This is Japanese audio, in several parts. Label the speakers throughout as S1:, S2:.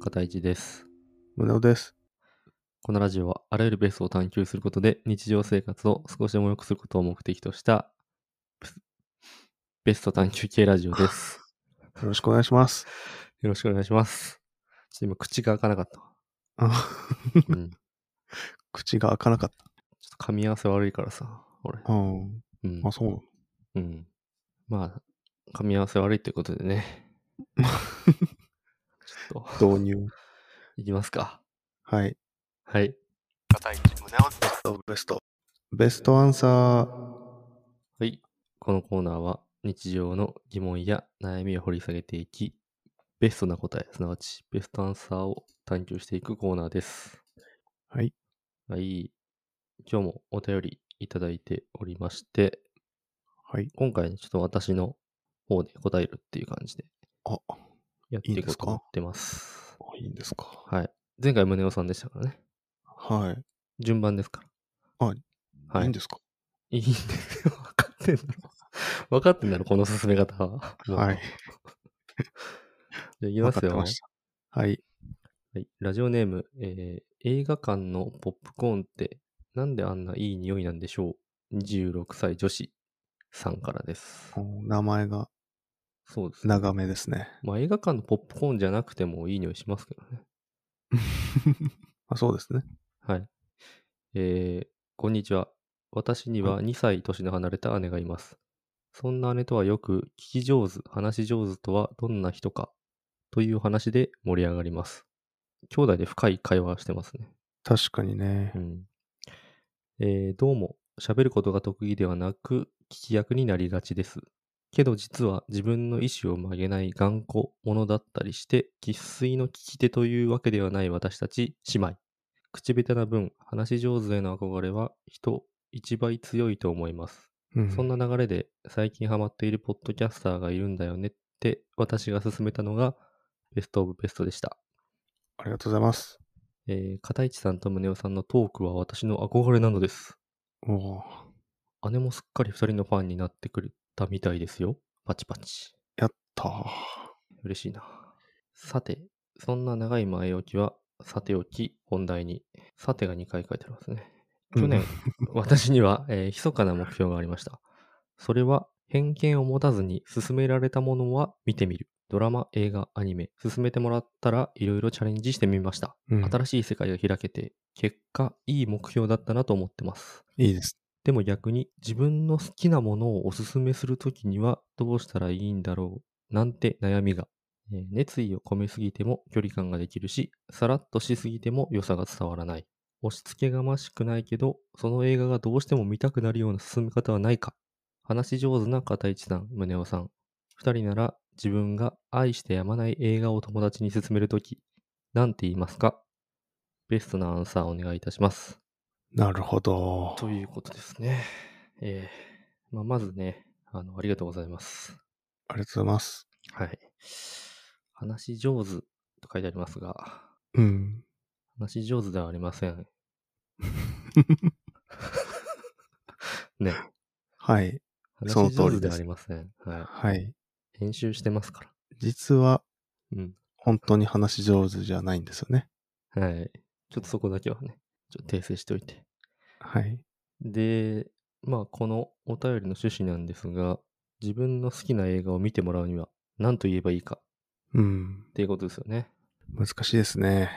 S1: 片市です。
S2: 宗男です。
S1: このラジオはあらゆるベースを探求することで日常生活を少しでも良くすることを目的としたベスベスト探求系ラジオ です。
S2: よろしくお願いします。
S1: よろしくお願いします。ちょっと今口が開かなかったわ。
S2: あ
S1: うん。ちょ
S2: 口が開かなかっ
S1: っと噛み合わせ悪いからさ、俺。
S2: た。うん。
S1: うん
S2: あ、。そうなの
S1: うん。まあ、噛み合わせ悪いってことで ね。ちょっと、
S2: 導入。
S1: いきますか。
S2: はい。
S1: はい。
S2: ベスト、ベスト。ベストアンサー。
S1: はい。このコーナーは日常の疑問や悩みを掘り下げていき、ベストな答え、すなわちベストアンサーを探求していくコーナーです。
S2: はい。
S1: はい。今日もお便りいただいておりまして、
S2: はい。
S1: 今回ちょっと私の方で答えるっていう感じで
S2: あ、
S1: やってい
S2: いいん
S1: こう
S2: です
S1: と
S2: か
S1: 思ってます。
S2: いいんですか。
S1: はい。前回宗男さんでしたからね。
S2: はい。
S1: 順番ですから。
S2: あ、
S1: はい
S2: い
S1: い
S2: ん。ですか。
S1: いいんですよ。 分かってんだろ。分かってんだろ、この進め方は。
S2: はい。
S1: じゃあ、いきます
S2: わかって
S1: よ
S2: ま。した。はい。
S1: はい、ラジオネーム、えー映画館のポップコーンってなんであんないい匂いなんでしょう ?26 歳女子さんからです。
S2: お名前が
S1: そうですね。
S2: 長めですね。
S1: まあ映画館のポップコーンじゃなくてもいい匂いしますけどね。
S2: あ、そうですね。
S1: はい。えー、こんにちは。私には2歳年の離れた姉がいます。そんな姉とはよく聞き上手、話し上手とはどんな人かという話で盛り上がります。兄弟で深い会話してますね。
S2: 確かにね
S1: う。んえーどうも喋ることが得意ではなく聞き役になりがちです。けど実は自分の意思を曲げない頑固者だったりして生粋の聞き手というわけではない私たち姉妹。口下手な分話し上手への憧れは人一倍強いと思います。
S2: うん
S1: そんな流れで最近ハマっているポッドキャスターがいるんだよねって私が勧めたのがベストオブベストでした。
S2: ありがとうございます。
S1: えー片市さんと宗男さんのトークは私の憧れなのです。
S2: おお。
S1: 姉もすっかり二人のファンになってくれたみたいですよ。パチパチ。
S2: やったー。
S1: 嬉しいな。さて、そんな長い前置きは、さておき本題に、さてが2回書いてありますね。去 年、私には、えー密かな目標がありました。それは、偏見を持たずに勧められたものは見てみる。ドラマ、映画、アニメ、勧めてもらったらいろいろチャレンジしてみました。
S2: うん、うん
S1: 新しい世界が開けて、結果、いい目標だったなと思ってます。
S2: いいです。
S1: でも逆に自分の好きなものをおすすめするときにはどうしたらいいんだろうなんて悩みが。えー熱意を込めすぎても距離感ができるし、さらっとしすぎても良さが伝わらない。押し付けがましくないけど、その映画がどうしても見たくなるような進め方はないか。話し上手な片市さん、宗男さん。二人なら自分が愛してやまない映画を友達に勧めるとき、なんて言いますかベストなアンサーお願いいたします。
S2: なるほど。
S1: ということですね。えーまあ、まずねあの、ありがとうございます。
S2: ありがとうございます。
S1: はい。話し上手と書いてありますが、
S2: うん。
S1: 話し上手ではありません。ね。
S2: はい。その
S1: 話し
S2: 通
S1: 上手
S2: り
S1: で
S2: です
S1: はありません。は
S2: はい。
S1: い。編集してますか
S2: 実は、
S1: うん
S2: 本当に話し上手じゃないんですよね。
S1: ら。はい。ちょっとそこだけはね、ちょっと訂正しておいて。
S2: はい。
S1: で、まあ、このお便りの趣旨なんですが、自分の好きな映画を見てもらうには、何と言えばいいか
S2: うん。
S1: っていうことですよね。
S2: 難しいですね。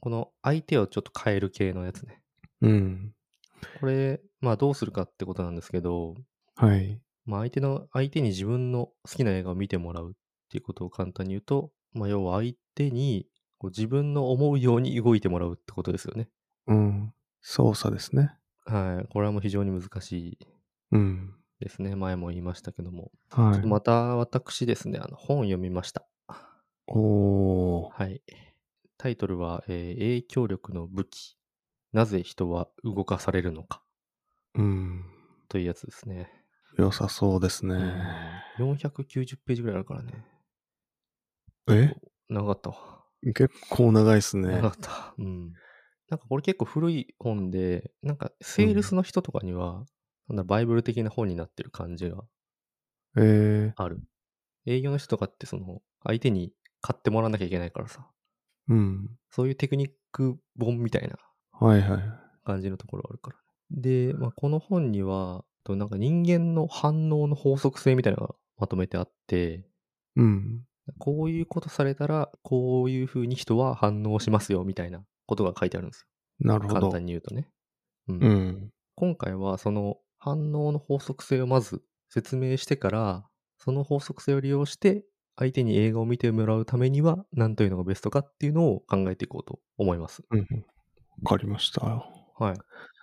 S1: この相手をちょっと変える系のやつね。
S2: うん。
S1: これ、まあどうするかってことなんですけど、
S2: はい。
S1: まあ相手の、相手に自分の好きな映画を見てもらうっていうことを簡単に言うと、まあ要は相手にこう自分の思うように動いてもらうってことですよね。
S2: うん。操作ですね。
S1: はい。これはもう非常に難しい
S2: うん。
S1: ですね。前も言いましたけども。
S2: は
S1: ちょっと
S2: い。
S1: また私ですね、あの本読みました。
S2: おー。
S1: はい。タイトルは、えー影響力の武器。なぜ人は動かされるのか
S2: うん。
S1: というやつですね。
S2: 良さそうですね。
S1: 490ページぐらいあるからね。
S2: え
S1: 長かったわ。
S2: 結構長いですね
S1: 長。かった。うん。なんかこれ結構古い本で、なんかセールスの人とかには、そんなバイブル的な本になってる感じが
S2: えー、
S1: ある。営業の人とかってその、相手に買ってもらわなきゃいけないからさ、
S2: うん。
S1: そういうテクニック本みたいな
S2: はいはい。
S1: 感じのところあるから。で、まあ、この本には、となんか人間の反応の法則性みたいなのがまとめてあって、
S2: うん。
S1: こういうことされたら、こういうふうに人は反応しますよ、みたいなことが書いてあるんですよ。
S2: なるほ
S1: 簡
S2: ど
S1: 単。に言うとね。うん
S2: うん。
S1: 今回はその反応の法則性をまず説明してから、その法則性を利用して、相手に映画を見てもらうためには何というのがベストかっていうのを考えていこうと思います。
S2: うん。わかりましたよ。
S1: はい。い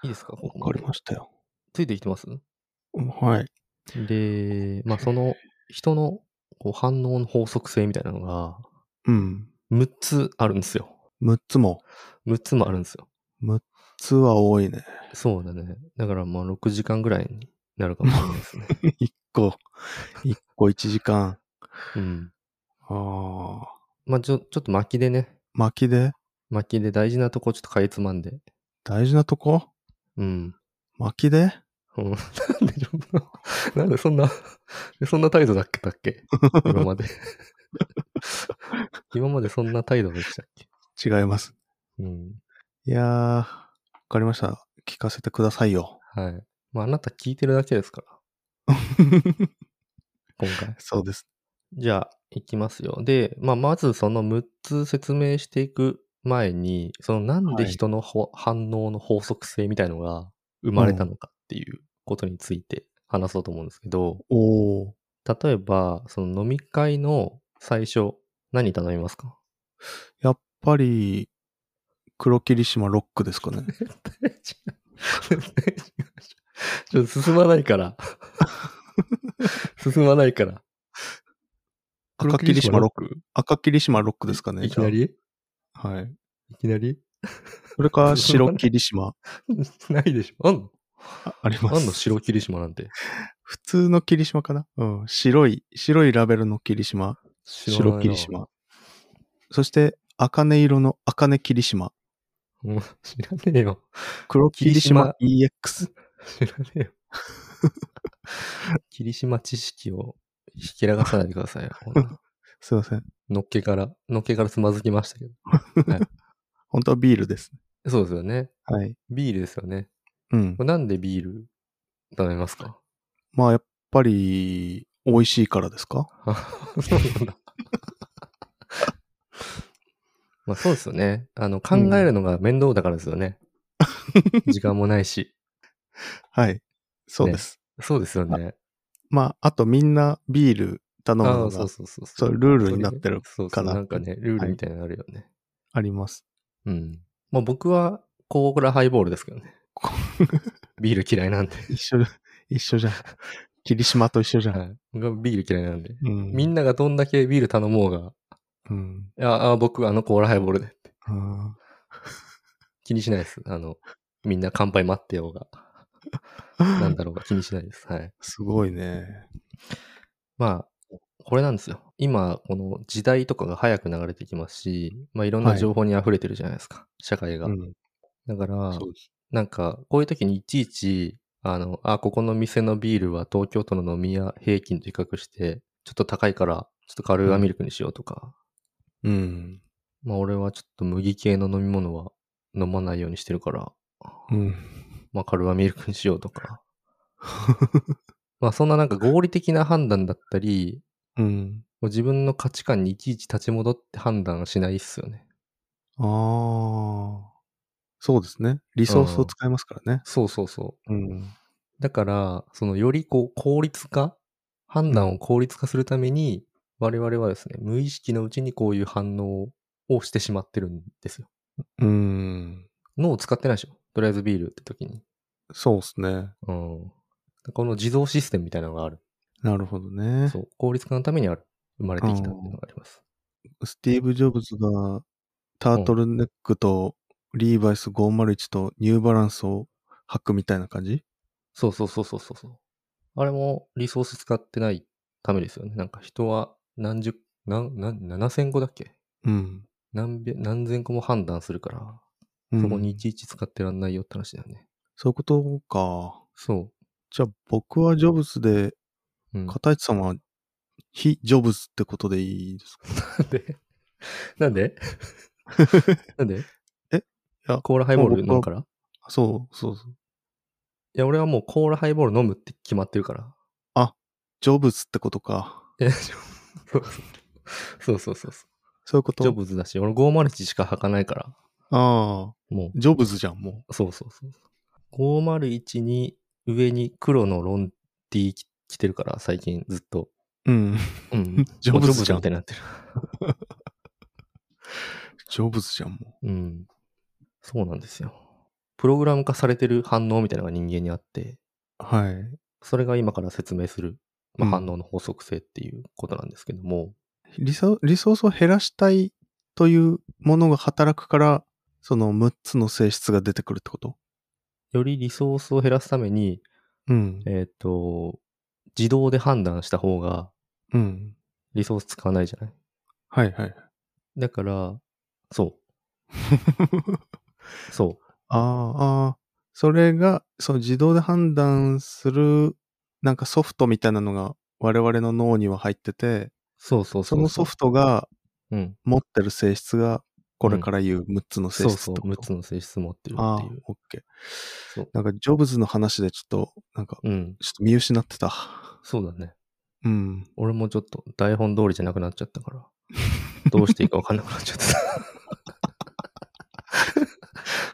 S1: いですかここま
S2: わか
S1: で
S2: り。ましたよ。
S1: ついてきてます
S2: うんはい。
S1: で、まあその人のこう反応の法則性みたいなのが
S2: うん。
S1: 6つあるんですよ。
S2: 6つも。
S1: 6つもあるんですよ。
S2: 6つは多いね。
S1: そうだね。だからまあ6時間ぐらいになるかもしれない ですね。
S2: 1個、1個1時間。
S1: うん。
S2: ああ。
S1: まあちょちょっと巻きでね、
S2: 巻きで
S1: 巻きで大事なとこちょっとかいつまんで。
S2: 大事なとこ
S1: うん。
S2: 巻きで
S1: うん、 なんでそんな、なんでそんな、そんな態度だっけだっけ今 まで。今までそんな態度でしたっけ
S2: 違います。
S1: うん。
S2: いやー、わかりました。聞かせてください よ。
S1: はい。まああなた聞いてるだけですから、今回。
S2: そうです。
S1: じゃあ、いきますよ。で、まあまずその6つ説明していく前に、そのなんで
S2: はい
S1: 人のほ、反応の法則性みたいのが生まれたのかっていうことについて話そうと思うんですけど、
S2: おー。
S1: 例えば、その飲み会の最初、何頼みます か
S2: やっぱり、黒霧島ロックですか ね。
S1: ちょっと進まないから。進まないから。
S2: 赤霧島ロッ
S1: ク
S2: 赤霧島ロックですかね。
S1: いきなり
S2: じゃあはい。
S1: いきなり
S2: それか、白霧島。
S1: ないでしょ。あんの
S2: あありま
S1: あん
S2: す。
S1: の白霧島なんて。
S2: 普通の霧島かなうん。白い、白いラベルの霧島。
S1: 知らないな
S2: 白霧。島。そして、茜色の茜霧島。
S1: うん知らねえよ。
S2: 黒霧島 EX。
S1: 知らねえよ。霧島知識をひけらかさないでくださいよ。こんな
S2: すいません。
S1: のっけから、のっけからつまずきましたけど。
S2: 本当はビールです。
S1: そうですよね。
S2: はい。
S1: ビールですよね。
S2: うん
S1: こ。れなんでビール頼みます か
S2: まあ、やっぱり、美味しいからですか
S1: あそうなんだ。まあそうですよね。あの、考えるのが面倒だからですよね。 時間もないし。
S2: はい。そうです。
S1: そうですよね。
S2: まあ、あとみんなビール頼む
S1: あ
S2: の
S1: あ、そう
S2: が
S1: そうそう
S2: そうルールになってる
S1: そうそ
S2: か
S1: う
S2: な
S1: なんかね、ルールみたいなのあるよね。
S2: あります。
S1: うん。まあ僕は、コーラハイボールですけど ね
S2: こ。
S1: ビール嫌いなんで。
S2: 一緒じゃ、一緒じゃん。霧島と一緒じゃん。
S1: はい。僕はビール嫌いなんで。
S2: うん
S1: みんながどんだけビール頼もうが、
S2: うん。
S1: いやあ僕、あのコーラハイボールで。
S2: うん
S1: 気にしないです。あの、みんな乾杯待ってようが、なんだろうが気にしないです。はい。
S2: すごいね。
S1: まあ、これなんですよ。今、この時代とかが早く流れてきますし、まあいろんな
S2: はい
S1: 情報に溢れてるじゃないですか、社会が。
S2: うん。
S1: だから、
S2: そうです。
S1: なんか、こういう時にいちいち、あの、あ、ここの店のビールは東京都の飲み屋平均と比較して、ちょっと高いから、ちょっとカルーアミルクにしようとか、
S2: うん。
S1: まあ俺はちょっと麦系の飲み物は飲まないようにしてるから、
S2: うん。
S1: まあ、カルアミルクにしようとか。 まあ、そんななんか合理的な判断だったり、
S2: うん。
S1: もう自分の価値観にいちいち立ち戻って判断しないっすよね。
S2: ああ。そうですね。リソースを使いますからね。
S1: そうそうそ
S2: うん。
S1: う。だから、そのよりこう効率化判断を効率化するために、我々はですね、無意識のうちにこういう反応をしてしまってるんですよ。
S2: うん。
S1: 脳を使ってないでしょ。とりあえずビールって時に。
S2: そうですね。
S1: うん。この自動システムみたいなのがある。
S2: なるほどね。
S1: そう。効率化のためにある。生まれてきたっていうのがあります。
S2: スティーブ・ジョブズがタートルネックとリーバイス501とニューバランスを履くみたいな感じ
S1: そうそうそうそうそうそう。あれもリソース使ってないためですよね。なんか人は何十、何、何、7000個だっけ
S2: うん。
S1: 何百、何千個も判断するから、
S2: うん
S1: そこにいちいち使ってらんないよって話だよね。
S2: そういうことか。
S1: そ
S2: じゃあ僕はジョブズで、
S1: う。 うん。
S2: 片市さんは非ジョブズってことでいいですか
S1: な んでなんでなんで
S2: えいや
S1: コーラハイボール飲むからい
S2: そうそうそう。
S1: や、俺はもうコーラハイボール飲むって決まってるから。
S2: ジョブズってことか。
S1: えそう そうそうそうそう。
S2: そういうこと
S1: ジョブズだし、俺501しか履かないから。
S2: ああ、
S1: も
S2: ジョブズじゃん、も
S1: う、そうそうそう。501に上に黒のロンティー着てるから、最近ずっと。
S2: う。うん。
S1: うん。
S2: ジョブズじゃん
S1: もうみたいになってる。
S2: ジョブズじゃん、も
S1: うん。そうなんですよ。プログラム化されてる反応みたいなのが人間にあって、
S2: う。はい。
S1: それが今から説明する、まあ、
S2: うん
S1: 反応の法則性っていうことなんですけども、
S2: リソリソースを減らしたいというものが働くから、その6つの性質が出てくるってこと
S1: よりリソースを減らすために、
S2: うん。
S1: えっ、と、自動で判断した方が
S2: うん。
S1: リソース使わないじゃない。
S2: はい はい。
S1: だから、そう、そ
S2: ああ、ああ。それが、その自動で判断する、なんかソフトみたいなのが我々の脳には入ってて、
S1: う、そうそう
S2: そ
S1: そう
S2: のソフトが
S1: ト、うん、
S2: 持ってる性質が、これから言う6つの
S1: そ
S2: 性
S1: う
S2: 質
S1: そう、
S2: ってこと、
S1: 6つの性質持ってる
S2: あ
S1: っ
S2: あ
S1: ていう。、
S2: オッケー。
S1: そう
S2: なんかジョブズの話でちょっと、なんか、
S1: うん、
S2: ちょっと見失ってた。
S1: そうだね。
S2: うん。
S1: 俺もちょっと台本通りじゃなくなっちゃったから、どうしていいか分かんなくなっち ゃった。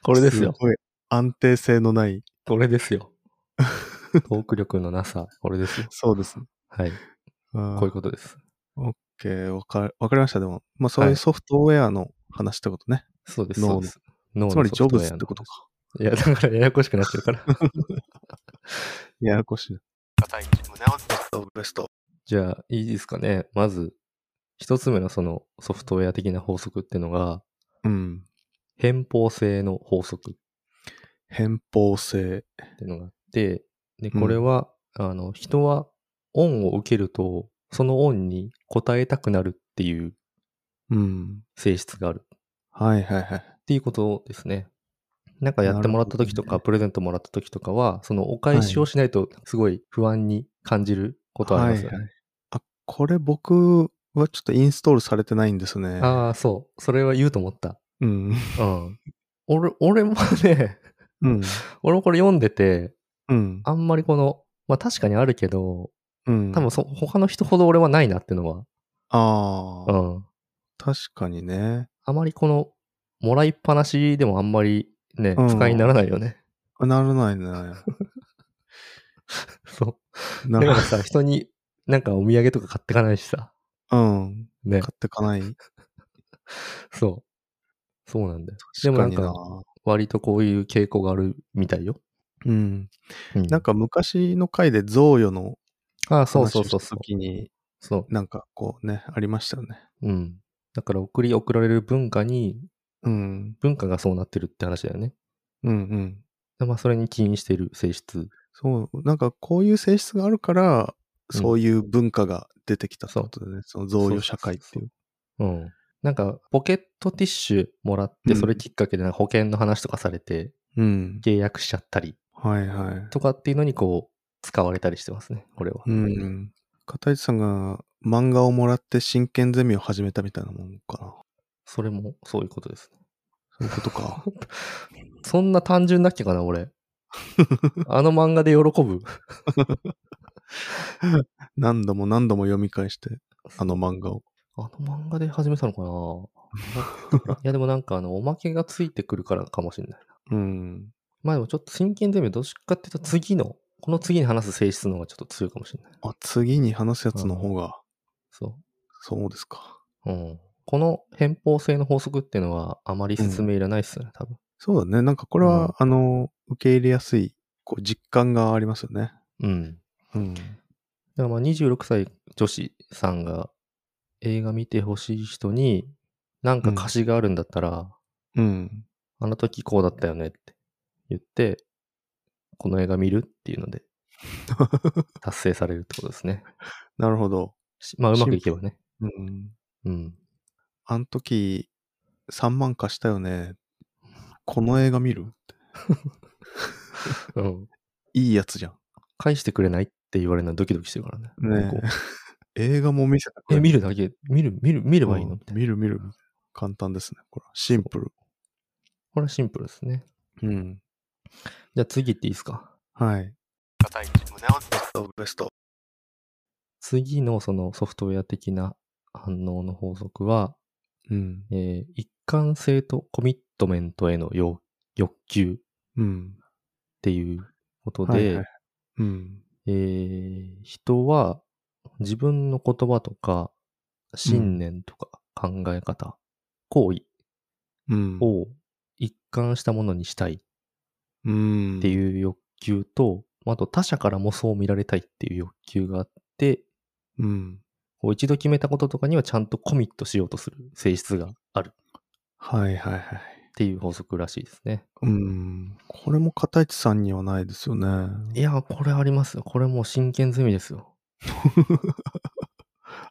S1: これですよ。
S2: ごい安定性のない。
S1: これですよ。トーク力のなさ、これですよ。
S2: そうですね。
S1: はい。
S2: あ
S1: こ
S2: あ
S1: ういうことです。
S2: オッケー、わかわかりました。でも、まあそうい
S1: は
S2: う
S1: い
S2: ソフトウェアの話ってことね。
S1: そうです。
S2: 脳
S1: そ
S2: の
S1: うです。脳の
S2: つまりジ
S1: ソ
S2: ョ
S1: フトウ
S2: ブ
S1: ェア
S2: ズっ
S1: の
S2: てことか。
S1: いや、だからややこしくなってるから。
S2: ややこしいな。ベスト。
S1: じゃあ、いいですかね。まず、一つ目のそのソフトウェア的な法則っていうのが、
S2: うん。
S1: 偏方性の法則
S2: 偏方性。
S1: っていうのがあって、で、
S2: うん
S1: これは、あの、人は恩を受けると、その恩に応えたくなるっていう
S2: うん。
S1: 性質があるっ
S2: はいはいはい。
S1: ていうことですね。なんかやってもらった時と
S2: なるほど
S1: か、プレゼントもらった時とかは、そのお返しをしないとすごい不安に感じることはありますよね。
S2: はいはいあ、これ僕はちょっとインストールされてないんですね。
S1: ああ、そう。それは言うと思った。
S2: う
S1: う
S2: ん。
S1: ん。俺、俺もね、
S2: うん。
S1: 俺もこれ読んでて、
S2: うん。
S1: あんまりこの、まあ確かにあるけど、
S2: うん。
S1: 多分そ、他の人ほど俺はないなっていうのは、
S2: あ
S1: う
S2: あ、
S1: ん。
S2: 確かにね。
S1: あまりこの、もらいっぱなしでもあんまりね、
S2: うん
S1: 不快にならないよね。
S2: あならないね。
S1: そう。
S2: な
S1: だから
S2: ら
S1: さ、人になんかお土産とか買ってかないしさ。
S2: うん。
S1: ね
S2: 買。って かない。
S1: そう。そうなんだよ。で
S2: 確
S1: も
S2: か
S1: なん
S2: にな
S1: か、割とこういう傾向があるみたいよ。
S2: うん。
S1: う
S2: なんか昔の回で贈与の
S1: ああ、そう
S2: 話
S1: そ
S2: を
S1: う
S2: し
S1: そ
S2: た
S1: うそう。
S2: 時に、
S1: そ
S2: なんかこうね、ありましたよね。
S1: う。うん。だから、送り送られる文化に、
S2: うん。
S1: 文化がそうなってるって話だよね。
S2: うんうん。
S1: でまあ、それに起因している性質。
S2: そう、なんかこういう性質があるから、
S1: うん
S2: そういう文化が出てきたってことでね、その贈与社会って
S1: そ
S2: いう。
S1: そううん。なんか、ポケットティッシュもらって、それきっかけでなんか保険の話とかされて、
S2: うん。
S1: 契約しちゃったり、
S2: はいはい。
S1: とかっていうのにこう、使われたりしてますね、これは。
S2: うん。片市さんが漫画をもらって真剣ゼミを始めたみたいなもんかな。
S1: それもそういうことですね。
S2: そういうことか。
S1: そんな単純だっけかな、 俺。あの漫画で喜ぶ。
S2: 何度も何度も読み返して、あの漫画を。
S1: あの漫画で始めたのかないや、でもなんかあの、おまけがついてくるからかもしれない。
S2: うん。
S1: まあでもちょっと真剣ゼミはどっちかっていうと次の、この次に話す性質の方がちょっと強いかもしれない。
S2: あ、次に話すやつの方が、
S1: そ
S2: そうですか。
S1: う。うん。この偏方性の法則っていうのはあまり説明いらないっすよね、多分。
S2: そうだね。なんかこれは、
S1: うん
S2: あの、受け入れやすい、こう、実感がありますよね。
S1: うん。
S2: うん。
S1: だからまあ26歳女子さんが映画見てほしい人になんか歌詞があるんだったら、
S2: うん。
S1: あの時こうだったよねって言って、この映画見るっていうの で達成されるってことですね。
S2: なるほど。
S1: しまあうまくいけばね。
S2: うん。
S1: うん。
S2: あの時、3万貸したよね。この映画見る
S1: うん。
S2: いいやつじゃん。
S1: 返してくれないって言われるのはドキドキしてるからね。
S2: ね
S1: こう
S2: え。映画も見せた
S1: え、見るだけ、見る、見る、見ればいいのみたい
S2: 見る見る。簡単ですね。これはシンプル。
S1: これはシンプルですね。
S2: うん。
S1: じゃあ次行っていいですか。
S2: はい。
S3: 肩一胸を
S2: ベスト、ベスト。
S1: 次のそのソフトウェア的な反応の法則は、
S2: うん。
S1: えー一貫性とコミットメントへの要欲求っ
S2: うん。
S1: ていうことで、
S2: はいはいうん。
S1: えー人は自分の言葉とか信念とか考え方、行為
S2: うん。
S1: を一貫したものにしたいっ
S2: うん。
S1: ていう欲求と、あと他者からもそう見られたいっていう欲求があって、
S2: うん。
S1: こう一度決めたこととかにはちゃんとコミットしようとする性質がある
S2: はいはいは
S1: っ
S2: い。
S1: ていう法則らしいですね。
S2: うん。これも片市さんにはないですよね。
S1: いや、これありますよ。これもう真剣済みですよ。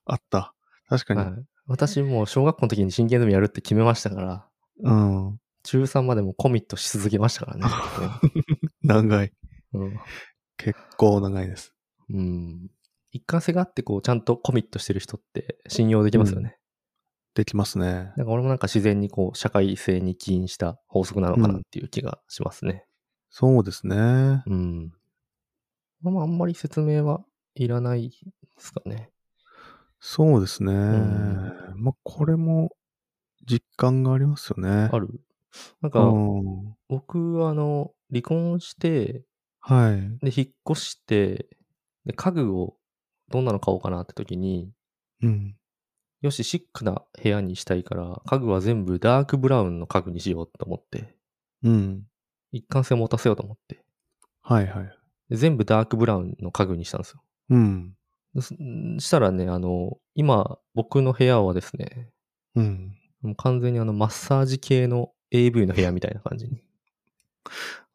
S2: あった。確かに。
S1: はい。私もう小学校の時に真剣済みやるって決めましたから、
S2: うん。
S1: 中3までもコミットし続けましたからね。
S2: 長い。
S1: うん
S2: 結構長いです。
S1: うん。一貫性があって、こう、ちゃんとコミットしてる人って信用できますよね。
S2: できますね。
S1: なんか俺もなんか自然にこう、社会性に起因した法則なのかなっていう気がしますね。
S2: そうですね。
S1: うん。まあ、あんまり説明はいらないですかね。
S2: そうですね。
S1: ん
S2: まあ、これも実感がありますよね。
S1: あるなん
S2: う
S1: か、
S2: ん。
S1: 僕、あの、離婚して、
S2: はい。
S1: で、引っ越して、で、家具をどんなの買おうかなって時に、
S2: うん。
S1: よし、シックな部屋にしたいから、家具は全部ダークブラウンの家具にしようと思って、
S2: うん。
S1: 一貫性を持たせようと思って、
S2: はいはい。
S1: で全部ダークブラウンの家具にしたんですよ。
S2: うん。
S1: でそんしたらね、あの、今、僕の部屋はですね、
S2: うん。
S1: もう完全にあの、マッサージ系の AV の部屋みたいな感じに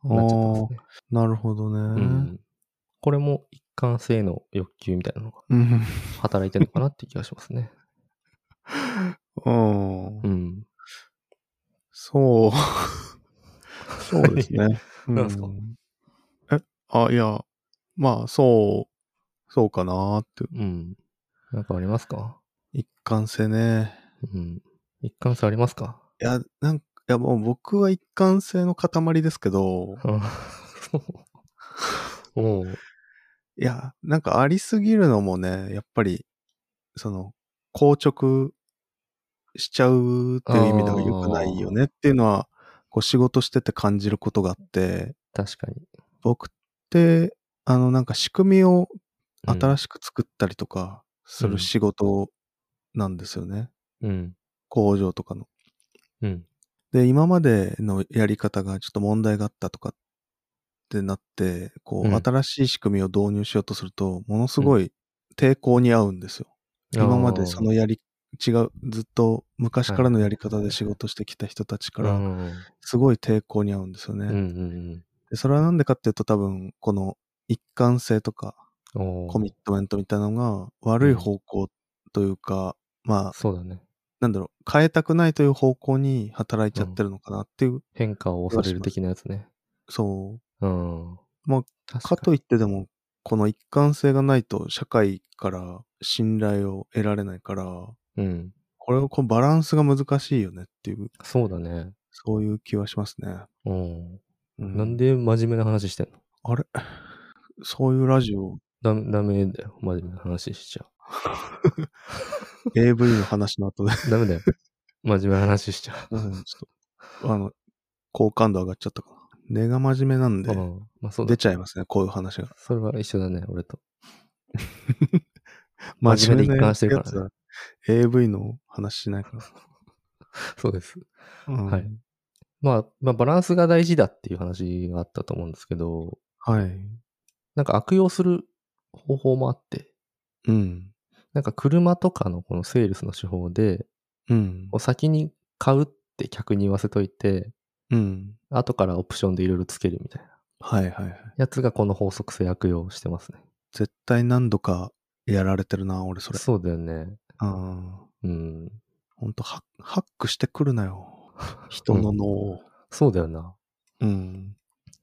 S2: あ
S1: なっちゃったんです
S2: あ、
S1: ね。
S2: なるほどね。う。
S1: うんん。これも一貫性の欲求みたいなのが
S2: うん。
S1: 働いてるのかなって気がしますね。うん。
S2: そう。そうですね。
S1: なんすか
S2: え、あ、いや、まあ、そう、そうかなーって。
S1: うん。なんかありますか
S2: 一貫性ね。
S1: うん。一貫性ありますか
S2: いや、なんか、いやもう僕は一貫性の塊ですけど、
S1: そう。 おう。
S2: いや、なんかありすぎるのもね、やっぱり、その、硬直しちゃうっていう意味では良くないよねっていうのは、こう仕事してて感じることがあって、
S1: 確かに。
S2: 僕って、あの、なんか仕組みを
S1: うん
S2: 新しく作ったりとかする仕事なんですよね。
S1: うん。
S2: 工場とかの。
S1: うん。
S2: で、今までのやり方がちょっと問題があったとかってなって、こ
S1: う
S2: う、
S1: ん
S2: 新しい仕組みを導入しようとすると、ものすごい抵抗に合うんですよ。今までそのやり、違う、ずっと昔からのやり方で仕事してきた人たちか
S1: う
S2: ら、
S1: ん
S2: すごい抵抗に合うんですよね。
S1: うんうん
S2: でそれはなんでかっていうと多分、この一貫性とか
S1: うん。おう
S2: コミットメントみたいなのが悪い方向というか、まあ、
S1: そうだね。
S2: なんだろう、変えたくないという方向に働いちゃってるのかなっていう
S1: 変化を恐れる的なやつね。
S2: そう。
S1: うん。
S2: まあ
S1: 確
S2: かとい
S1: い
S2: ってでも、この一貫性がないと社会から信頼を得られないから、
S1: うん。
S2: これをこのバランスが難しいよねっていう、
S1: そうだね。
S2: そういう気はしますね。
S1: うん。
S2: う
S1: なんで真面目な話してんの
S2: あれそういうラジオ、
S1: ダメ、ダメだよ。真面目な話しちゃ
S2: AV の話 の後で、
S1: う。ダメだよ。真面目な話しちゃ
S2: うん ちょっと、あの、好感度上がっちゃったかな。根が真面目なん
S1: う。う
S2: で、
S1: ん。まあそうだ
S2: 出。ちゃいますね、こういう話が。
S1: それは一緒だね、俺と。
S2: 真
S1: 真
S2: 面
S1: 面
S2: 目
S1: 目で
S2: な
S1: 一貫してるからね
S2: やつは AV の話しないか
S1: そうです。
S2: ら。うん
S1: はい。まあ、まあ、バランスが大事だっていう話があったと思うんですけど、
S2: はい。
S1: なんか悪用する方法もあって、
S2: うん。
S1: なんか車とかのこのセールスの手法で、
S2: うん
S1: こ。う先に買うって客に言わせといて、
S2: うん。
S1: 後からオプションでいろいろつけるみたいな
S2: はいはいはい。
S1: やつがこの法則性悪用してますね。
S2: 絶対何度かやられてるな、俺それ。
S1: そうだよね。
S2: うん。
S1: うん。
S2: ほんとハッ、ハックしてくるなよ。 人の脳を。
S1: そうだよな。
S2: うん。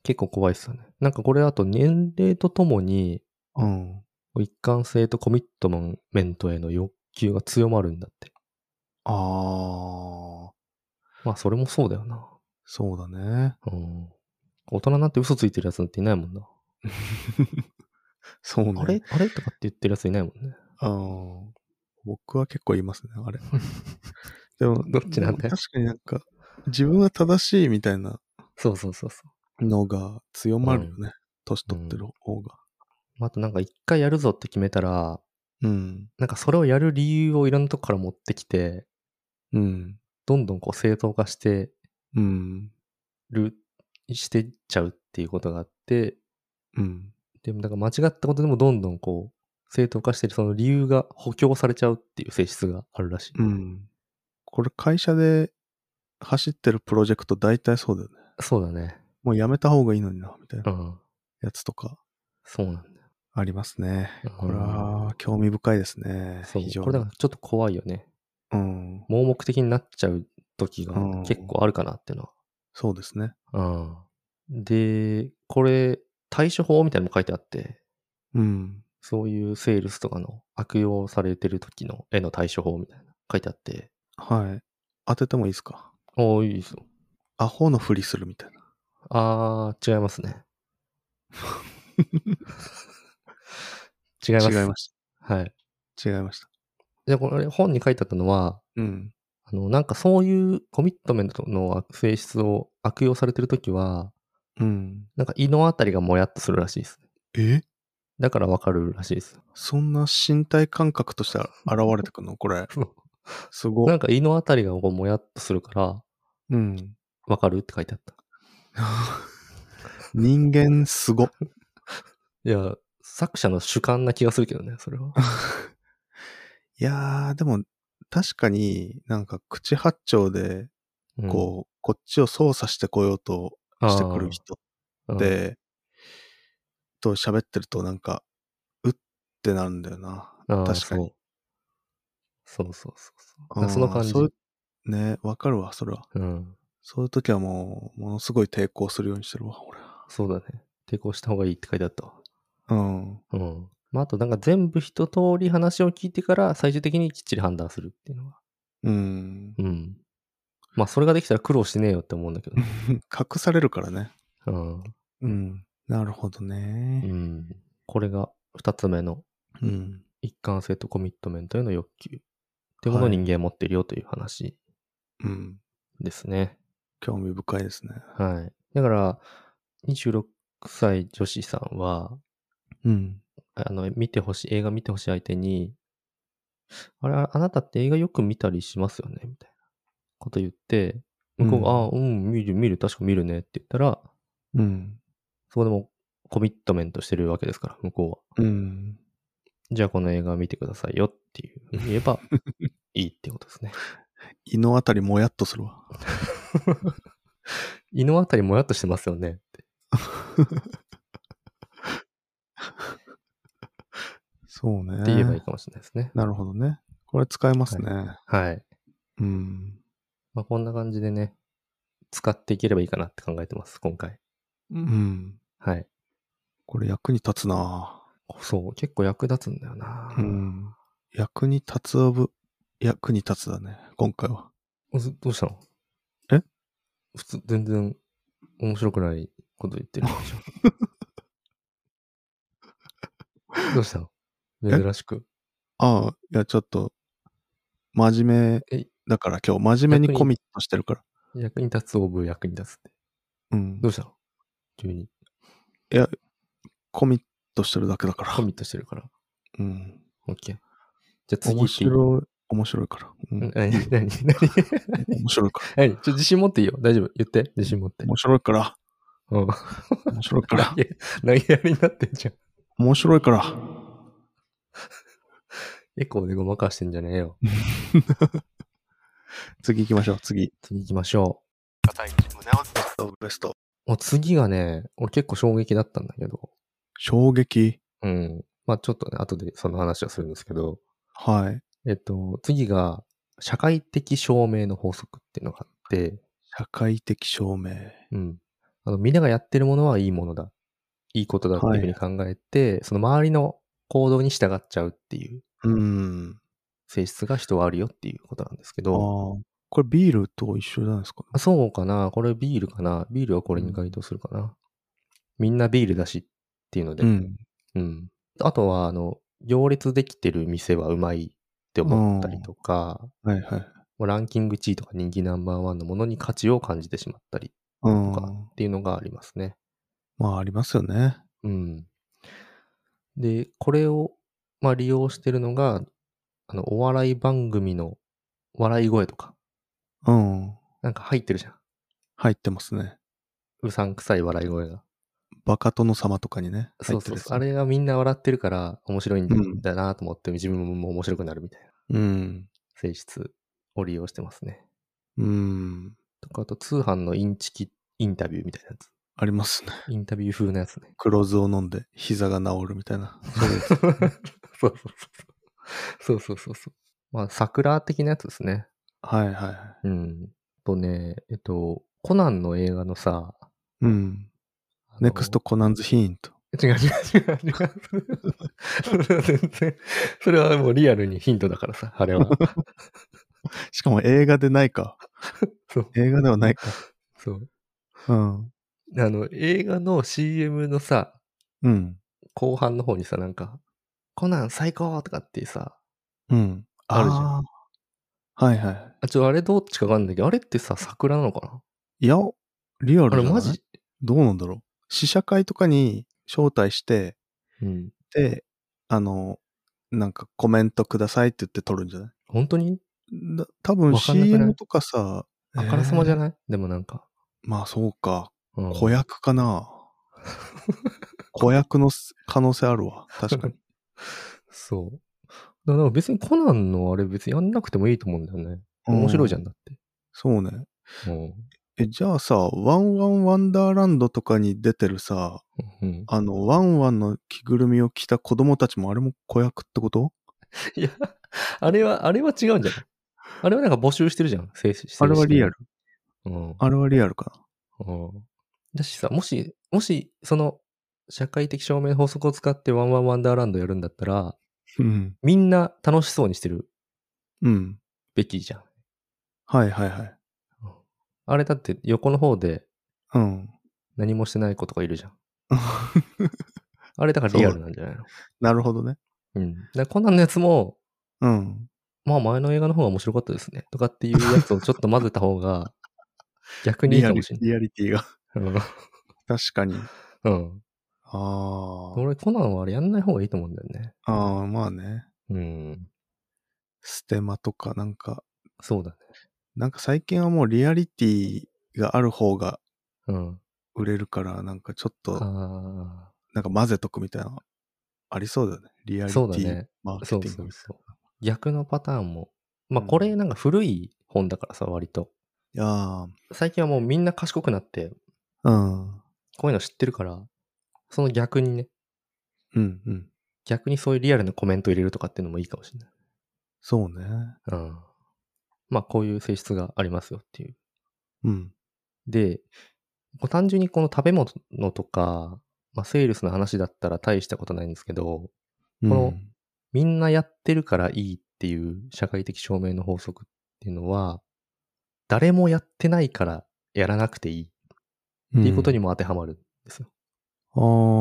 S1: 結構怖いっすよね。なんかこれあと年齢とともに、
S2: うん。
S1: 一貫性とコミットメントへの欲求が強まるんだって。
S2: あ
S1: まあ、それもそうだよな。
S2: そうだね。
S1: うん。大人になって嘘ついてるやつなんていないもんな。
S2: そうね。
S1: あれあれとかって言ってるやついないもんね。
S2: うん僕は結構言いますね、あれ。でも、
S1: どっちなんだよ
S2: でも確かになんか、自分は正しいみたいな
S1: そうそうそうそう。
S2: のが強まるよね。年取ってる方が。
S1: まああとなんか一回やるぞって決めたら、
S2: うん。
S1: なんかそれをやる理由をいろんなとこから持ってきて、
S2: うん。
S1: どんどんこう正当化して
S2: うん。
S1: る、してっちゃうっていうことがあって、
S2: うん。
S1: でもなんか間違ったことでもどんどんこう、正当化してるその理由が補強されちゃうっていう性質があるらしい。
S2: うん。これ会社で走ってるプロジェクト大体そうだよね。
S1: そうだね。。
S2: もうやめた方がいいのにな、みたいうなんやつとか
S1: そうなんだよ。
S2: ありますね。これ
S1: うん
S2: は興味深いですね。
S1: そう。
S2: 非常
S1: これだか
S2: に
S1: ら。ちょっと怖いよね。
S2: うん。
S1: 盲目的になっちゃう時が
S2: うん
S1: 結構あるかなっていうのは。
S2: そうですね。
S1: うん。で、これ、対処法みたいなのも書いてあって、
S2: うん。
S1: そういうセールスとかの悪用されてる時の絵の対処法みたいなの書いてあって、
S2: はい。当ててもいいですか
S1: おーいいですよ。
S2: アホのふりするみたいな。
S1: あー、違います ね。違います。
S2: 違いまし
S1: はい。
S2: た。違いました。
S1: で、これ本に書いてあったのは、
S2: うん。
S1: あの、なんかそういうコミットメントの性質を悪用されてる時は、
S2: うん。
S1: なんか胃のあたりがもやっとするらしいです。
S2: え
S1: だからわかるらしいです。
S2: そんな身体感覚として現れてくのこれ。すご。
S1: ないんか胃のあたりがこうもやっとするから、
S2: うん。
S1: わかるって書いてあった。
S2: 人間すご。
S1: いや、作者の主観な気がするけどね、それ は。
S2: いやー、でも確かになんか口八丁でこう、こっちを操作してこようと
S1: うん、
S2: してくる人
S1: あー
S2: っ、て、と喋ってるとなんか、うってなるんだよな。
S1: うんあー
S2: 確かに。
S1: そうそうそうそうそうう。
S2: ん
S1: その感じ。
S2: そうね、わかるわ、それは。
S1: うん。
S2: そういう時はもう、ものすごい抵抗するようにしてるわ、俺は。
S1: そうだね。抵抗した方がいいって書いてあったわ。
S2: うん。
S1: うん。まあ、あとなんか全部一通り話を聞いてから最終的にきっちり判断するっていうのが。
S2: うん。
S1: うん。まあ、それができたら苦労しねえよって思うんだけどね。
S2: 隠されるからね。
S1: うん。
S2: うん。なるほど
S1: う
S2: ね。
S1: ん。これが二つ目の
S2: うん。
S1: 一貫性とコミットメントへの欲求っていうものを
S2: はい
S1: 人間は持ってるよという話
S2: うん。
S1: ですね。
S2: 興味深いですね。
S1: はい。だから、26歳女子さんは、
S2: うん。
S1: あの、見てほしい、映画見てほしい相手に、あれ、あなたって映画よく見たりしますよねみたいなこと言って、向こうが、ああ、うん、見る、見る、確か見るねって言ったら、
S2: うん。
S1: そこでもコミットメントしてるわけですから、向こうは。
S2: うん。
S1: じゃあこの映画見てくださいよっていうふうに言えばいいってこと ですね。
S2: 胃のあたりもやっとするわ。
S1: 胃のあたりもやっとしてますよねって。
S2: そうね。
S1: って言えばいいかもしれないですね。
S2: なるほどね。これ使えますね。
S1: はい。
S2: うん。
S1: まあ、こんな感じでね、使っていければいいかなって考えてます、今回。
S2: うん。
S1: はい。
S2: これ役に立つな
S1: そう、結構役立つんだよな。
S2: うん。役に立つオブ、役に立つだね。今回は。
S1: おずどうしたの
S2: え
S1: 普通、全然面白くないこと言ってるでし ょ。どうしたの
S2: え
S1: 珍しく。
S2: ああ、いや、ちょっと、真面目
S1: え、
S2: だから今日真面目にコミットしてるから。
S1: 役に立つオブ役に立つって。
S2: うん
S1: ど。うしたの急に
S2: コミットしてるだけだから
S1: コ。ミットしてるから。
S2: うん。
S1: オッケー。じゃあ次
S2: 面
S1: 行っていい
S2: 白い、面白いから。うん
S1: うん何何何
S2: 面白いから。
S1: 何ちょっと自信持っていいよ。大丈夫。言って。自信持って。
S2: 面白いから。
S1: うん。
S2: 面白いか
S1: 投
S2: ら。
S1: げ、投げやりになってんじゃん。
S2: 面白いから。
S1: エコーでごまかしてんじゃねえよ。
S2: 次行きましょう、次。
S1: 次行きましょ
S2: ベスト、ベスト。
S1: う。もう次がね、俺結構衝撃だったんだけど。
S2: 衝撃。
S1: うん。まあちょっとね、後でその話はするんですけど。
S2: はい。
S1: えっと、次が、社会的証明の法則っていうのがあって、
S2: 社会的証明。
S1: うん。あの、みんながやってるものはいいものだ。いいことだっていうふうに考えて、その周りの行動に従っちゃうっていう
S2: うん。
S1: 性質が人はあるよっていうことなんですけ
S2: あ
S1: ど、
S2: あ。これビールと一緒じゃないですか、
S1: あそうかなこれビールかなビールはこれに該当するかな、みんなビールだしっていうので。
S2: うん。
S1: うん。あとは、あの、行列できてる店はうまいって思ったりとか、
S2: はいはい。
S1: もうランキング1位とか人気ナンバーワンのものに価値を感じてしまったり
S2: うん
S1: と。かっていうのがありますね。
S2: まあありますよね。
S1: うん。で、これを、まあ、利用してるのが、あの、お笑い番組の笑い声とか、
S2: うん。
S1: なんか入ってるじゃん。
S2: 入ってますね。
S1: うさんくさい笑い声が。
S2: バカ殿様とかにね。
S1: そうそうそう。
S2: 入
S1: あ
S2: ってる
S1: れ
S2: や
S1: がみんな笑ってるから面白いん
S2: うん
S1: だなと思って、自分も面白くなるみたいな
S2: つうん。
S1: 性質を利用してますね。
S2: うん。
S1: とか、あと通販のインチキインタビューみたいなやつ。
S2: ありますね。
S1: インタビュー風なやつ ね。
S2: 黒酢を飲んで膝が治るみたいな。
S1: そうそうそうそう。そうそうそうそう。まあ、桜的なやつですね。
S2: はいはいはい。
S1: うん。あとね、えっと、コナンの映画のさ、
S2: うん。
S1: あの
S2: ネクストコナンズヒーント。
S1: 違う違う違う 違う。それは全然、それはもうリアルにヒントだからさ、あれは。
S2: しかも映画でない か。
S1: そう。
S2: 映画ではないか。
S1: そう。
S2: うん。
S1: あの、映画の CM のさ、
S2: うん。
S1: 後半の方にさ、なんか、コナン最高とかってさ、
S2: うん。
S1: あるじゃん
S2: ん。はいはい。
S1: あ、ちょ、あれどっちかわかんないけど、あれってさ、桜なのか
S2: いや、リア
S1: なあ
S2: ルじゃ
S1: れ
S2: ない
S1: マジ
S2: どうなんだろう。試写会とかに招待して、
S1: うん。
S2: で、あの、なんかコメントくださいって言って撮るんじゃない
S1: 本当に
S2: だ多分
S1: わかんなくない
S2: CM とかさ、
S1: あからさまじゃ
S2: い、
S1: ない、でもなんか。
S2: まあそうか。
S1: うん
S2: 子役 かな。子役の可能性あるわ。確かに。
S1: そう。だから別にコナンのあれ別にやんなくてもいいと思うんだよね。面白いじゃん
S2: う。
S1: だって。
S2: そうね。
S1: うん。
S2: え、じゃあさ、ワンワンワンダーランドとかに出てるさ、
S1: うん、
S2: あの、ワンワンの着ぐるみを着た子供たちもあれも子役ってこと
S1: いや、 あれは、あれは違うんじゃないあれはなんか募集してるじゃん。正式
S2: あれはリアル。。
S1: うん。
S2: あれはリアルか
S1: うん。だしさ、もし、もし、その、社会的証明法則を使ってワンワンワンダーランドやるんだったら、
S2: な。うん。
S1: みんな楽しそうにしてる
S2: うん。
S1: べきじゃん。
S2: はいはいはい。
S1: あれだって横の方で
S2: うん。
S1: 何もしてない子とかいるじゃん。あれだからリアルなんじゃないの
S2: なるほどね。
S1: うん。だからコナンのやつも、
S2: うん。
S1: まあ前の映画の方が面白かったですね。とかっていうやつをちょっと混ぜた方 が、逆にいいかもしれない。
S2: リアリティが。
S1: う
S2: 確かに。
S1: ん。うん
S2: あー
S1: 俺コナンはあれやんない方がいいと思うんだよね。
S2: あー、まあね。
S1: うん。
S2: ステマとか、なんか、
S1: そうだね。
S2: なんか最近はもうリアリティがある方が
S1: うん。
S2: 売れるから、なんかちょっと、
S1: あ
S2: なんか混ぜとくみたいな、ありそうだよね。リア
S1: あ。
S2: リテ
S1: そうだね
S2: ィ。マー
S1: そう
S2: ケティン
S1: そ
S2: グ
S1: う
S2: みた
S1: そう。逆のパターンも。まあこれなんか古い本だからさ、割と。
S2: いな。あ
S1: 最近はもうみんな賢くなって、
S2: あ、うん。
S1: こういうの知ってるから、その逆にね、
S2: うんうん。
S1: 逆にそういうリアルなコメントを入れるとかっていうのもいいかもしれない。
S2: そうね。
S1: うん。まあ、こういう性質がありますよっていう。
S2: うん。
S1: で、こう単純にこの食べ物とか、まあ、セールスの話だったら大したことないんですけど、
S2: こ
S1: のみんなやってるからいいっていう社会的証明の法則っていうのは、誰もやってないからやらなくていいっていうことに
S2: も。
S1: も当てはまるんですよ。
S2: あ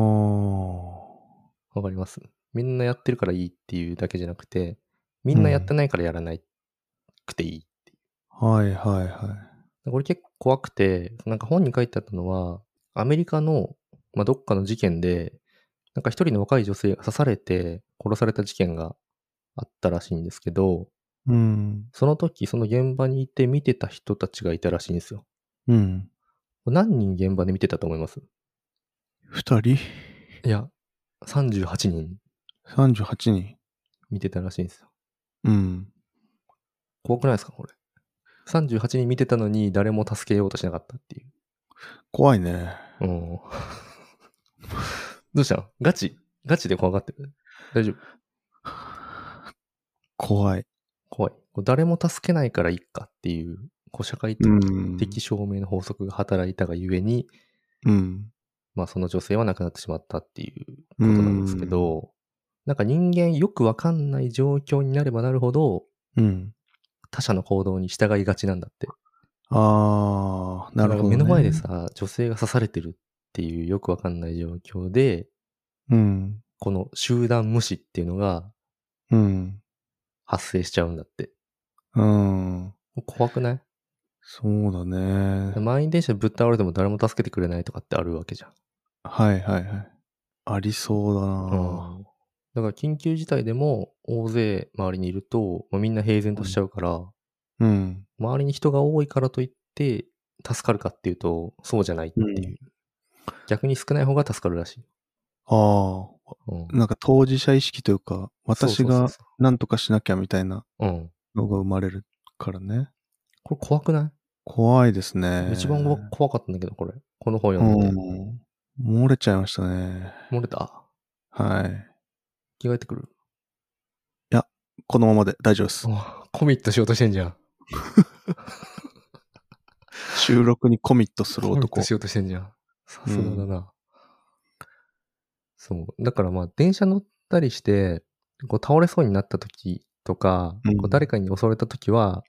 S1: わかりますみんなやってるからいいっていうだけじゃなくて、みんなやってないからやらなくていい。
S2: あ、はいはいはい。
S1: これ結構怖くて、なんか本に書いてあったのは、アメリカの、まあ、どっかの事件で、なんか一人の若い女性が刺されて殺された事件があったらしいんですけど、
S2: うん。
S1: その時その現場にいて見てた人たちがいたらしいんですよ。
S2: うん。
S1: 何人現場で見てたと思います
S2: 二人
S1: いや、38人
S2: ?38 人。
S1: 見てたらしいんですよ。
S2: うん。
S1: 怖くないですかこれ。38人見てたのに誰も助けようとしなかったっていう。
S2: 怖いね。
S1: うん。 どうしたのガチガチで怖がってる大丈夫
S2: 怖い。
S1: 怖い。こう誰も助けないからいいかっていう、こう社会
S2: うん。
S1: 的証明の法則が働いたがゆえに、
S2: うん。
S1: まあその女性は亡くなってしまったっていうことなんですけど、なんか人間よくわかんない状況になればなるほど、
S2: うん。
S1: 他者の行動に従いがちなんだって。
S2: ああ、なるほど、
S1: んか目
S2: ね。
S1: の前で。さ、女性が刺されてるっていうよくわかんない状況で、
S2: うん。
S1: この集団無視っていうのが
S2: うん。
S1: 発生しちゃうんだって。
S2: うん。
S1: 怖くない
S2: そうだね。
S1: 満員電車でぶっ倒れても誰も助けてくれないとかってあるわけじゃん。
S2: はいはいはい。ありそうだな。
S1: うんだから緊急事態でも大勢周りにいると、もうみんな平然としちゃうから、
S2: うん。
S1: 周りに人が多いからといって助かるかっていうと、そうじゃないっていう。
S2: う
S1: 逆に少ない方が助かるらしい。
S2: あ
S1: うん
S2: あ、なんか当事者意識というか、私
S1: そうそう
S2: が
S1: そう
S2: 何とかしなきゃみたいな
S1: そううん。
S2: のが生まれるからね。
S1: これ怖くない、
S2: 怖いですね。
S1: 一番僕怖かったんだけど、これ。この本
S2: う
S1: 読んでて。
S2: ん。漏れちゃいましたね。
S1: 漏れた
S2: はい。
S1: 着替えてくる。
S2: このままで大丈夫です。
S1: あコミットしようとしてんじゃん。
S2: 収録にコミットする
S1: コミッ
S2: 男
S1: ト。しようとしてんじゃん。さすがだな。そう。だからまあ、電車乗ったりして、こう倒れそうになった時とか、
S2: うん
S1: こう誰かに襲われた時は、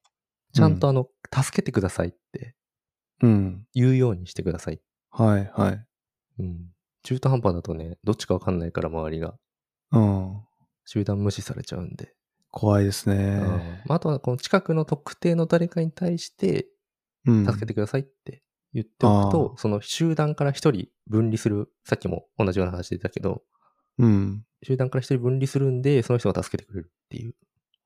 S1: ちゃんとあの、助けてくださいって
S2: うん。
S1: 言うようにしてください。
S2: はいはい。
S1: うん。中途半端だとね、どっちかわかんないから周りが。
S2: うん。
S1: 集団無視されちゃうんで。
S2: 怖いです
S1: うんま
S2: ね。
S1: ああとは、この近くの特定の誰かに対して、
S2: うん。
S1: 助けてくださいって言っておくと、
S2: あ
S1: その集団から一人分離する、さっきも同じような話出たけど、
S2: うん。
S1: 集団から一人分離するんで、その人が助けてくれるっていう、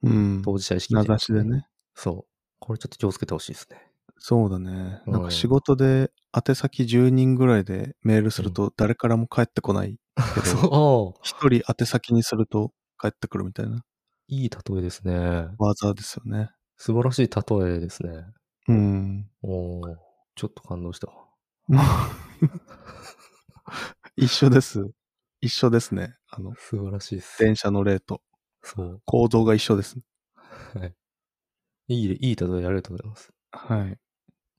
S2: うん。
S1: 当事者意識
S2: 名
S1: みたいな
S2: 指しで。ね。
S1: そう。これちょっと気をつけてほしいですね。
S2: そうだね。
S1: うん
S2: なんか仕事で宛先10人ぐらいでメールすると誰からも帰ってこないけど、
S1: そう。
S2: 一人宛先にすると帰ってくるみたいない
S1: い例えですね。
S2: 技ですよね。
S1: 素晴らしい例えですね。
S2: うん。
S1: おーちょっと感動した。
S2: 一緒です。一緒ですね。あの、
S1: 素晴らしいです。
S2: 電車の例と
S1: そう。
S2: 行動が一緒です。
S1: はい。いい、いい例えありがとうございます。
S2: はい。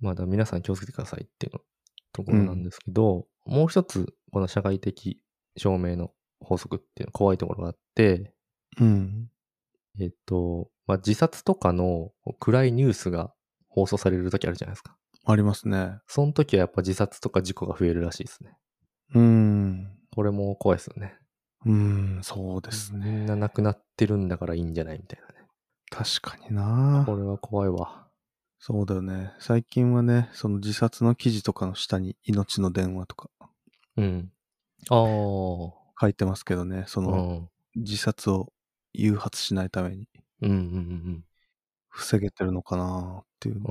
S1: まあだから皆さん気をつけてくださいっていうのところなんですけど、もう一つ、この社会的証明の法則っていうの怖いところがあって、
S2: うん。
S1: えっと、まあ、自殺とかの暗いニュースが放送される時あるじゃないですか。
S2: ありますね。
S1: その時はやっぱ自殺とか事故が増えるらしいですね。
S2: うん。
S1: これも怖いですよね。
S2: うん、そうですね。
S1: みんな亡くなってるんだからいいんじゃないみたいなね。
S2: 確かにな
S1: これは怖いわ。
S2: そうだよね。最近はね、その自殺の記事とかの下に命の電話とか
S1: うん。ああ。
S2: 書いてますけどね、そうの
S1: ん。
S2: 自殺を誘発しないために
S1: うんうんうん
S2: 防げてるのかなっていう
S1: う。ん。ああ。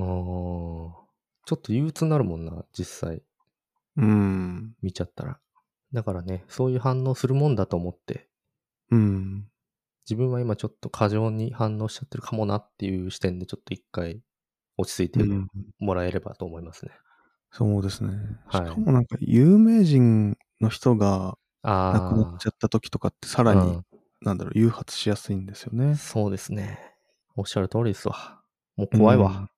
S1: ちょっと憂鬱になるもんな、実際。
S2: うん。
S1: 見ちゃったら。だからね、そういう反応するもんだと思って、
S2: うん。
S1: 自分は今ちょっと過剰に反応しちゃってるかもなっていう視点でちょっと一回落ち着いて
S2: うん
S1: もらえればと思いますね。
S2: そうですね。
S1: はい
S2: しかもなんか有名人の人が
S1: ああ。
S2: 亡くなっちゃった時とかってさらに、なんだろう、誘発しやすいんですよ
S1: う
S2: ね
S1: ん。そうですね。おっしゃる通りですわ。もう怖いわ。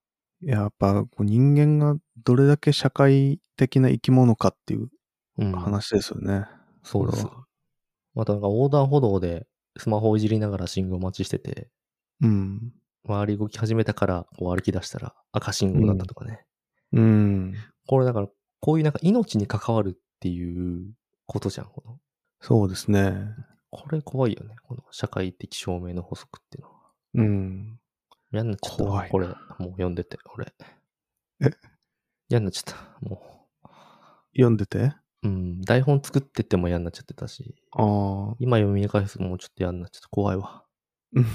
S2: うん。いややっぱこう人間がどれだけ社会的な生き物かっていう
S1: うん。
S2: 話ですよね。
S1: そうです
S2: これは。
S1: またなんか横断歩道でスマホをいじりながら信号待ちしてて、
S2: うん。
S1: 周り動き始めたからこう歩き出したら赤信号だったとかね。
S2: うん。
S1: これだから、こういうなんか命に関わるっていうことじゃん、この
S2: そうですね。
S1: これ怖いよね。この社会的証明の法則っていうのは。
S2: うん。
S1: 嫌になっちゃった。
S2: 怖いな
S1: これ、もう読んでて、俺。
S2: え
S1: 嫌になっちゃった。も
S2: 読んでて
S1: う。うん。台本作ってても嫌になっちゃってたし、
S2: ああ。
S1: 今読み返すのもちょっと嫌になっちゃって怖いわ。
S2: うん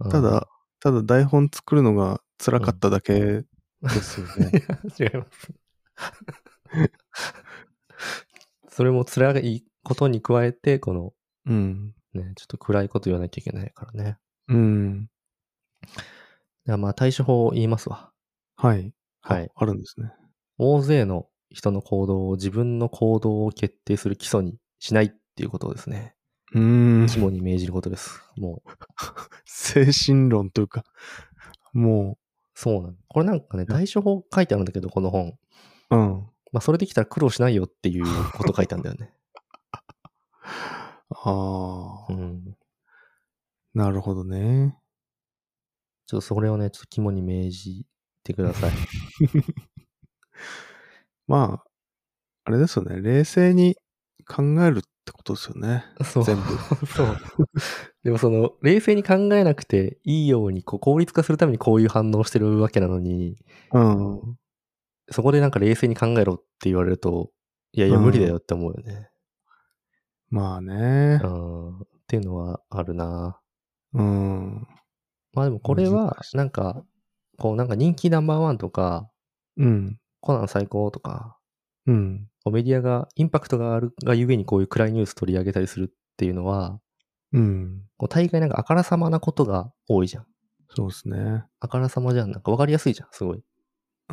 S1: うん
S2: た、だ、ただ台本作るのが辛かっただけですよね。
S1: 違います。それも辛いことに加えて、この、
S2: うん。
S1: ね、ちょっと暗いこと言わなきゃいけないからね。だか
S2: うん。
S1: らまあ対処法を言いますわ。
S2: はい。
S1: はい。
S2: あるんですね。
S1: 大勢の人の行動を自分の行動を決定する基礎にしないっていうことをですね。
S2: うーん。
S1: 肝に銘じることです。もう、
S2: 精神論というか、も
S1: そうなの。これなんかね、対処法書いてあるんだけど、この本。
S2: う、うん。
S1: まあ、それできたら苦労しないよっていうこと書いたんだよね。
S2: ああ
S1: う、ん。
S2: なるほどね。
S1: ちょっとそれをね、ちょっと肝に銘じてください。
S2: まあ、あれですよね。冷静に考えるってことですよね。
S1: そう。
S2: 全部
S1: そう。でもその、冷静に考えなくていいように、こう、効率化するためにこういう反応してるわけなのに、
S2: うん。
S1: そこでなんか冷静に考えろって言われると、いやいや、
S2: うん
S1: 無理だよって思うよね。
S2: まあ ね
S1: う。ん。っていうのはあるな
S2: うん。
S1: まあでもこれは
S2: 難、しい
S1: なんか、こうなんか人気ナンバーワンとか、
S2: うん。
S1: コナン最高とか、
S2: うん。
S1: こうメディアがインパクトがあるがゆえにこういう暗いニュース取り上げたりするっていうのは、
S2: うん。
S1: こう大概なんかあからさまなことが多いじゃん。
S2: そうですね。
S1: あからさまじゃん。なんかわかりやすいじゃん、すごい。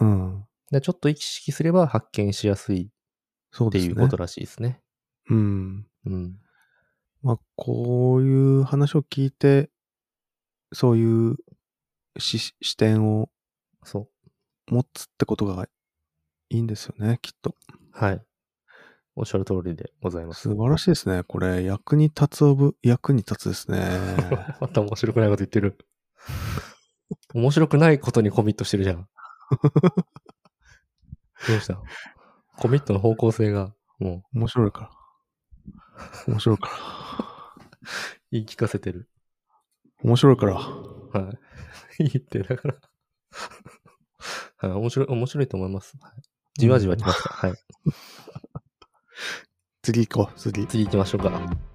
S2: うん。
S1: でちょっと意識すれば発見しやすい
S2: そう
S1: って
S2: です
S1: い
S2: ね。
S1: うことらしいですね。
S2: うん。
S1: うん。
S2: まあ、こういう話を聞いて、そういうし視点を
S1: そ
S2: 持つってことがいいんですよね、きっと。
S1: う。はい。おっしゃる通りでございます。
S2: 素晴らしいですね。これ、役に立つオブ、役に立つですね。
S1: また面白くないこと言ってる。面白くないことにコミットしてるじゃん。 どうしたコミットの方向性が、も
S2: 面白いから。面白いから。
S1: う、言い聞かせてる。
S2: 面白いから。
S1: はい。い いって、だから。はい、面白い、面白いと思います。はいじわじわ来ました。はい。
S2: 次行こう、次。
S1: 次行きましょうか。